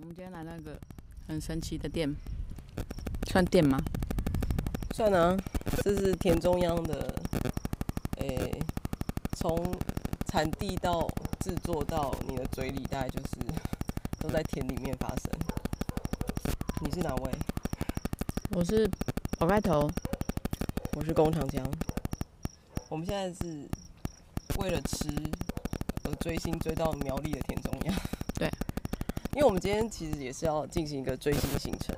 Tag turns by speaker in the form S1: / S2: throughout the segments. S1: 我们今天来那个很神奇的店，算店吗？
S2: 算啊，这是田中央的，诶、从产地到制作到你的嘴里，大概就是都在田里面发生。你是哪位？
S1: 我是宝盖头，
S2: 我是工厂江。我们现在是为了吃而追星追到苗栗的田中央。
S1: 对，
S2: 因为我们今天其实也是要进行一个追星行程，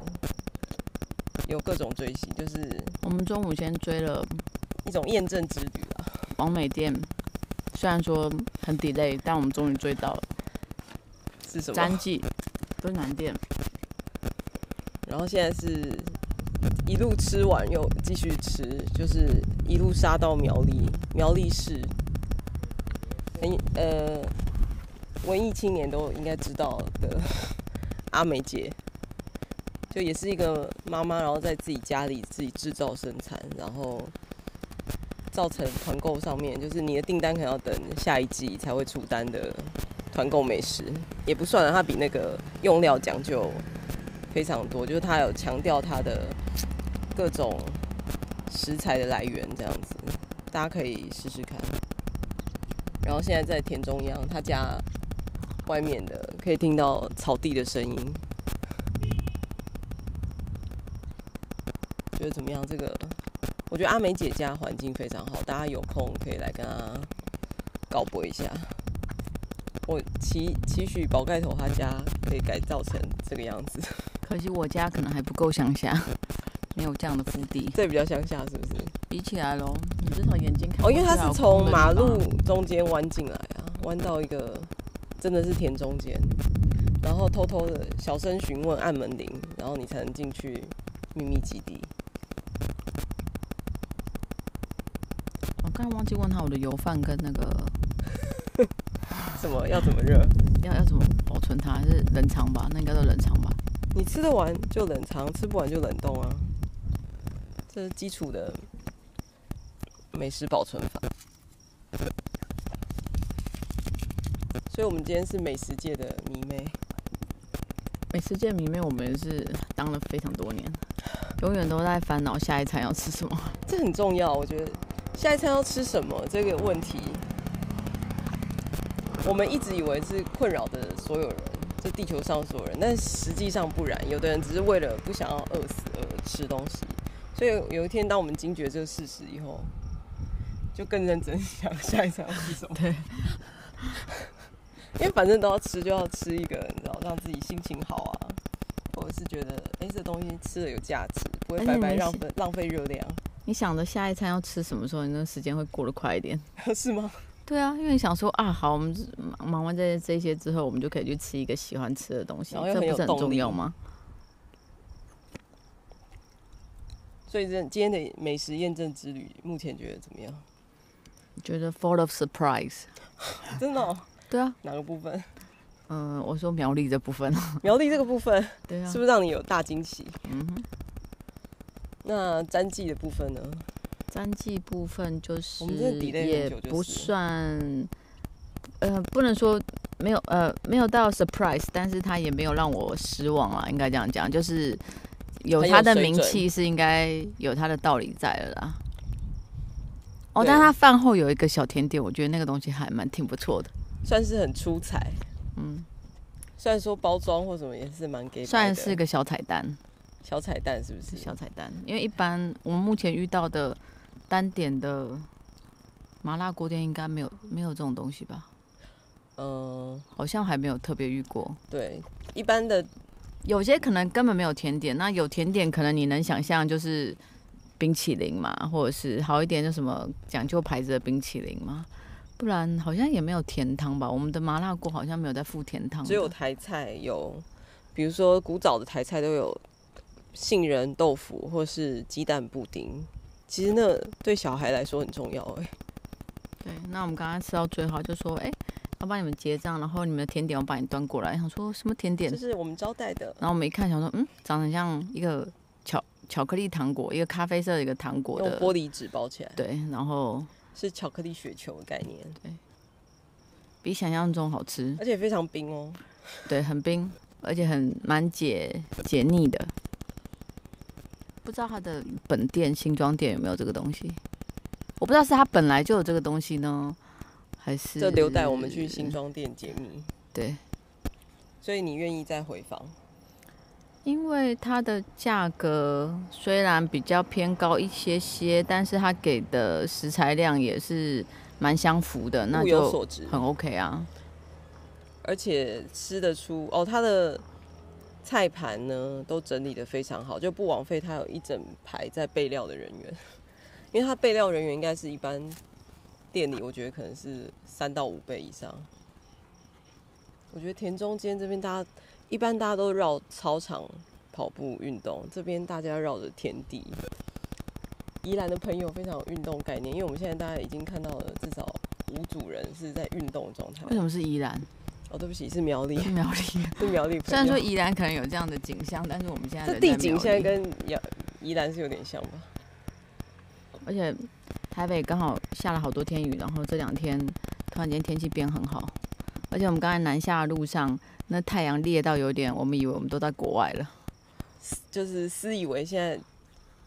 S2: 有各种追星，就是
S1: 我们中午先追了
S2: 一种验证之旅啊。
S1: 王美店，虽然说很 delay，但我们终于追到了
S2: 是什么？
S1: 詹记敦南店，
S2: 然后现在是一路吃完又继续吃，就是一路杀到苗栗，苗栗市，文艺呃文艺青年都应该知道的阿梅姐，就也是一个妈妈，然后在自己家里自己制造生产，然后造成团购上面就是你的订单可能要等下一季才会出单的团购美食，也不算了，它比那个用料讲究。非常多，就是他有强调他的各种食材的来源这样子，大家可以试试看。然后现在在田中央他家外面的，可以听到草地的声音。觉得怎么样？这个我觉得阿梅姐家环境非常好，大家有空可以来跟她搞博一下。我期期许宝盖头他家可以改造成这个样子。
S1: 可惜我家可能还不够乡下，没有这样的腹地。
S2: 这比较乡下是不是？
S1: 比起来喽，你这头眼睛看
S2: 哦，因为它
S1: 过去还有空
S2: 是从
S1: 的
S2: 马
S1: 地方
S2: 路中间弯进来啊，弯到一个真的是田中间，然后偷偷的小声询问按门铃，然后你才能进去秘密基地。
S1: 我刚才忘记问他我的油饭跟那个
S2: 什么要怎么热？
S1: 要要怎么保存它，还是冷藏吧？那应该都冷藏吧？
S2: 你吃得完就冷藏，吃不完就冷冻啊，这是基础的美食保存法。所以，我们今天是美食界的迷妹。
S1: 美食界迷妹，我们也是当了非常多年，永远都在烦恼下一餐要吃什么。
S2: 这很重要，我觉得下一餐要吃什么这个问题，我们一直以为是困扰的所有人，这地球上所有人，但实际上不然。有的人只是为了不想要饿死而吃东西，所以有一天当我们惊觉这个事实以后，就更认真想下一餐要吃什么。
S1: 对，
S2: 因为反正都要吃，就要吃一个，你知道，让自己心情好啊，或者是觉得哎、诶这东西吃了有价值，不
S1: 而
S2: 会
S1: 且
S2: 白
S1: 你
S2: 白
S1: 们
S2: 浪
S1: 是
S2: 费浪费热量，
S1: 你想着下一餐要吃什么时候，你那时间会过得快一点。
S2: 是吗？
S1: 对啊，因为你想说啊，好，我们是忙忙完这这些之后，我们就可以去吃一个喜欢吃的东西，
S2: 然后又
S1: 这
S2: 很
S1: 不
S2: 有
S1: 是很
S2: 动
S1: 重
S2: 力
S1: 要吗？
S2: 所以这今天的美食验证之旅，目前觉得怎么 样？
S1: 觉得 full of surprise。
S2: 真的、哦，
S1: 对啊，
S2: 哪个部分？
S1: 嗯、我说苗栗这部分，
S2: 苗栗这个部分
S1: 对啊
S2: 是，不是让你有大惊喜？
S1: 嗯哼，
S2: 那詹记的部分呢？
S1: 詹记部分就是
S2: 我们真的 delay 很
S1: 也
S2: 久就是
S1: 不算，呃，不能说没有呃没有到 surprise，但是他也没有让我失望啊，应该这样讲，就是有
S2: 很有
S1: 他的
S2: 水
S1: 名
S2: 准
S1: 气是应该有他的道理在了啦。哦，
S2: 对
S1: 但他饭后有一个小甜点，我觉得那个东西还蛮挺不错的，
S2: 算是很出彩，
S1: 嗯，
S2: 虽然说包装或什么也是蛮给，
S1: 算是个小彩蛋，
S2: 小彩蛋，是不
S1: 是？
S2: 是
S1: 小彩蛋，因为一般我们目前遇到的单点的麻辣锅店应该没有没有这种东西吧。
S2: 嗯、
S1: 好像还没有特别遇过。
S2: 对，一般的
S1: 有些可能根本没有甜点，那有甜点可能你能想象就是冰淇淋嘛，或者是好一点就什么讲究牌子的冰淇淋嘛，不然好像也没有甜汤吧。我们的麻辣锅好像没有在附甜汤的，
S2: 只有台菜有，比如说古早的台菜都有杏仁豆腐或是鸡蛋布丁，其实那对小孩来说很重要哎、
S1: 对。那我们刚刚吃到最后就说，哎、要帮你们结账，然后你们的甜点我把你端过来，想说什么甜点
S2: 就？是我们招待的
S1: 然后我们一看，想说，嗯，长得像一个巧巧克力糖果，一个咖啡色的一个糖果
S2: 用
S1: 的，
S2: 玻璃纸包起来，
S1: 对，然后
S2: 是巧克力雪球的概念，
S1: 比想象中好吃。
S2: 而且非常冰哦。
S1: 对，很冰。而且很蛮解解腻的。不知道它的本店新庄店有没有这个东西？我不知道是它本来就有这个东西呢，还是
S2: 这留待我们去新庄店解密。
S1: 对，
S2: 所以你愿意再回访？
S1: 因为它的价格虽然比较偏高一些些，但是它给的食材量也是蛮相符的，那
S2: 物有
S1: 就
S2: 所值，
S1: 很 OK 啊。
S2: 而且吃得出哦，它的菜盘呢都整理的非常好，就不枉费它有一整排在备料的人员， 因为它备料人员应该是一般店里，我觉得可能是三到五倍以上。我觉得田中间这边大家一般大家都绕操场跑步运动，这边大家绕着田地。宜兰的朋友非常有运动概念，因为我们现在大家已经看到了至少五组人是在运动状态。
S1: 为什么是宜兰？
S2: 哦，对不起，是苗栗，
S1: 是苗栗。
S2: 是苗栗朋友。
S1: 虽然说宜兰可能有这样的景象，但是我们现在
S2: 这
S1: 人
S2: 地
S1: 在
S2: 景
S1: 苗
S2: 现在
S1: 栗
S2: 跟宜宜兰是有点像吧？
S1: 而且台北刚好下了好多天雨，然后这两天突然间天气变很好，而且我们刚才南下的路上，那太阳烈到有点，我们以为我们都在国外了。
S2: 就是私以为现在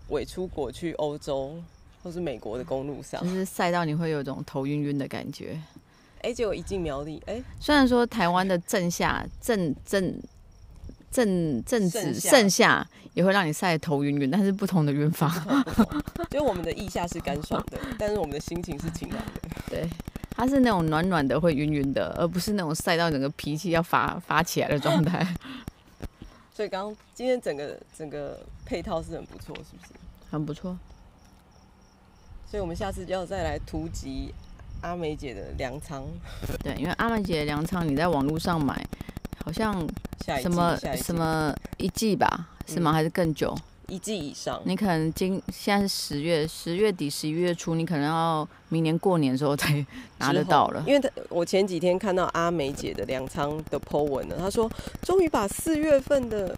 S2: 伪出国去欧洲或是美国的公路上
S1: 就，是晒到你会有一种头晕晕的感觉。
S2: 哎、结果一进苗栗，哎、
S1: 虽然说台湾的正下正正正正
S2: 盛
S1: 子
S2: 夏
S1: 盛夏也会让你晒得头晕晕，但是不同的晕法，
S2: 就我们的意下是干爽的，但是我们的心情是晴朗的。
S1: 对，它是那种暖暖的会晕晕的，而不是那种晒到整个脾气要发发起来的状态。
S2: 所以刚刚今天整个整个配套是很不错，是不是？
S1: 很不错，
S2: 所以我们下次要再来突击阿梅姐的粮仓，
S1: 对，因为阿曼姐的粮仓你在网络上买，好像
S2: 下一季
S1: 什么
S2: 下一季嗯
S1: 什么一季吧，是吗？还是更久？
S2: 一季以上，
S1: 你可能今现在是十月，十月底、十一月初，你可能要明年过年的时候才拿得
S2: 之后
S1: 到了。
S2: 因为他我前几天看到阿梅姐的粮仓的 po 文了，她说终于把四月份的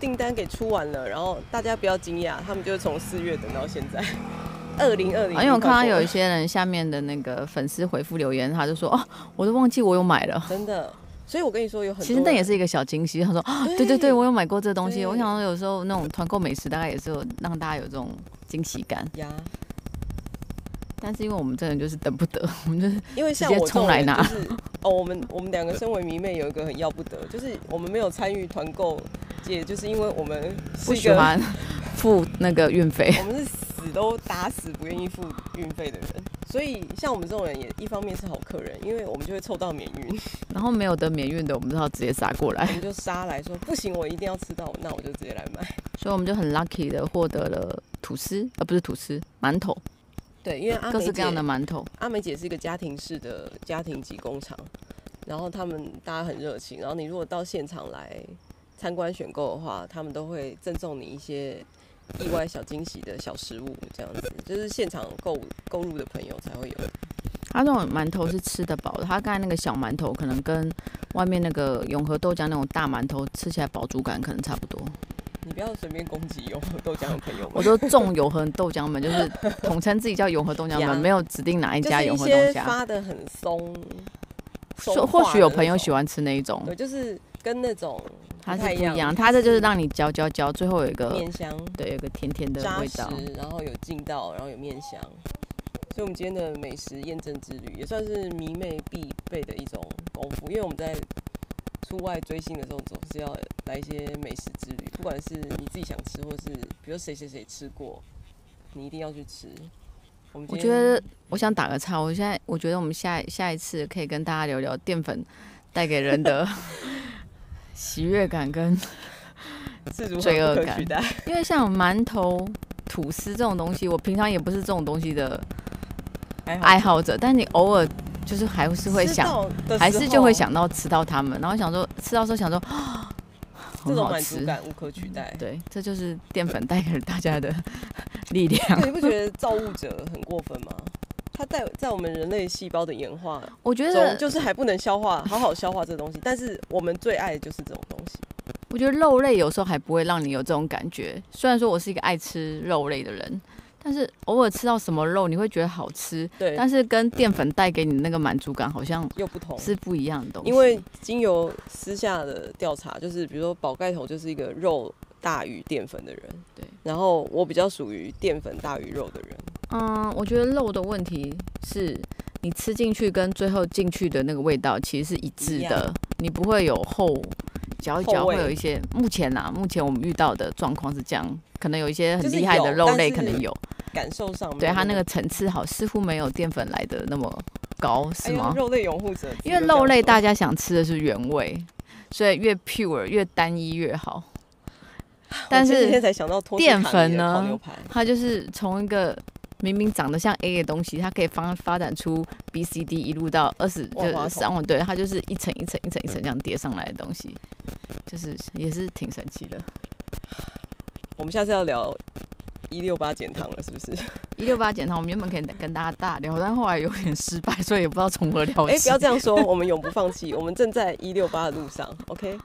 S2: 订单给出完了，然后大家不要惊讶，他们就是从四月等到现 在，二零二零。
S1: 啊因为我看到有一些人下面的那个粉丝回复留言，他就说：“哦，我都忘记我有买了。
S2: 真的，所以我跟你说有”很多
S1: 其实那也是一个小惊喜。他说：“啊，对对对，我有买过这个东西。”
S2: 对
S1: 我想说有时候那种团购美食，大概也是有让大家有这种惊喜感。
S2: 呀，
S1: 但是因为我们这人就是等不得，我们就是
S2: 因为像
S1: 直接
S2: 我这种
S1: 冲来
S2: 人
S1: 拿
S2: 就是哦，我们我们两个身为迷妹有一个很要不得，就是我们没有参与团购界，就是因为我们是
S1: 不
S2: 一
S1: 喜
S2: 个
S1: 欢 付那个运费。
S2: 我们是死都打死不愿意付运费的人，所以像我们这种人也一方面是好客人，因为我们就会凑到免运，
S1: 然后没有得免运的，我们只好直接杀过
S2: 我
S1: 来，
S2: 们就杀来说不行，我一定要吃到，那我就直接来买。
S1: 所以我们就很 lucky 的获得了吐司，呃，不是吐司，馒头，
S2: 对，因为阿
S1: 各
S2: 啊梅
S1: 式各样的
S2: 姐，
S1: 馒头。
S2: 阿梅姐是一个家庭式的家庭级工厂，然后他们大家很热情，然后你如果到现场来参观选购的话，他们都会赠送你一些。意外小惊喜的小食物，这样子就是现场购购入的朋友才会有。
S1: 它那种馒头是吃得饱的，它刚才那个小馒头可能跟外面那个永和豆浆那种大馒头吃起来饱足感可能差不多。
S2: 你不要随便攻击有豆浆的朋友们
S1: 我。都中永和豆浆门，就是统称自己叫永和豆浆
S2: 呀
S1: 门，没有指定哪一
S2: 就
S1: 家
S2: 是一
S1: 永和豆
S2: 些
S1: 浆。
S2: 发的很松，
S1: 啊说或许有朋友喜
S2: 欢，
S1: 欢吃那一种
S2: 对，，就是跟那种
S1: 它是
S2: 太
S1: 不一样，
S2: 样，
S1: 它这就是让你嚼嚼嚼，最后有一个
S2: 面香
S1: 对，有一个甜甜呃的
S2: 扎
S1: 味
S2: 实
S1: 道。，
S2: 然后有劲道，然后有面香。所以，我们今天的美食验证之旅也算是迷妹必备的一种功夫，因为我们在出外追星的时候，总是要来一些美食之旅，不管是你自己想吃，或是比如谁谁谁吃过，你一定要去吃。我们
S1: 我
S2: 今
S1: 觉
S2: 天
S1: 得我想打个岔，我现在我觉得我们下下一次可以跟大家聊聊淀粉带给人 的喜悦感跟，
S2: 是如何
S1: 罪恶
S2: 不可
S1: 感
S2: 取代。
S1: 因为像馒头、吐司这种东西，我平常也不是这种东西的
S2: 还好
S1: 爱好者，但你偶尔就是还是会
S2: 吃
S1: 想，
S2: 到的
S1: 还
S2: 时
S1: 是就会
S2: 候
S1: 想到吃到它们，然后想说吃到的时候想说，啊
S2: 这
S1: 很
S2: 种
S1: 好
S2: 满足
S1: 吃，嗯
S2: 感无可取代。
S1: 对，这就是淀粉带给大家的 力 量。
S2: 可你不觉得造物者很过分吗？他在在我们人类细胞的演化
S1: 我觉
S2: 中，
S1: 得
S2: 就是还不能消化，好好消化这东西。但是我们最爱的就是这种东西。
S1: 我觉得肉类有时候还不会让你有这种感觉，虽然说我是一个爱吃肉类的人，但是偶尔吃到什么肉，你会觉得好吃，
S2: 对，
S1: 但是跟淀粉带给你那个满足感好像
S2: 又不同。
S1: 是不一样的东西。
S2: 因为经由私下的调查，就是比如说宝盖头就是一个肉大于淀粉的人，
S1: 对。
S2: 然后我比较属于淀粉大于肉的人，
S1: 嗯，我觉得肉的问题是你吃进去跟最后进去的那个味道其实是一致
S2: 一
S1: 的
S2: 样，
S1: 你不会有后嚼一嚼
S2: 后味
S1: 会有一些。目前啊，目前我们遇到的状况是这样，可能有一些
S2: 就
S1: 很
S2: 是
S1: 厉害的
S2: 有
S1: 肉
S2: 但
S1: 类
S2: 是
S1: 可能有，
S2: 感受上面
S1: 对它那个层次好似乎没有淀粉来的那么高，是
S2: 哎
S1: 吗
S2: 呦？肉类拥护者，
S1: 因为肉类大
S2: 家
S1: 家想吃的是原味，所以越 pure 越单一越好。但
S2: 今天
S1: 是
S2: 才想到托斯
S1: 淀
S2: 卡
S1: 粉
S2: 尼的
S1: 呢
S2: 烤牛排，
S1: 它就是从一个明明长得像 A 的东西，它可以发发展出 B、C、D 一路到二十
S2: 万花
S1: 就三万，对，它就是一层一层一层一层这样叠上来的东西，就是也是挺神奇的。
S2: 我们下次要聊一六八减糖了，是不是？
S1: 一六八减糖，我们原本可以跟大家大聊，但后来有点失败，所以也不知道从何聊
S2: 哎、
S1: 起。
S2: 不要这样说，我们永不放弃，我们正在一六八的路上。OK，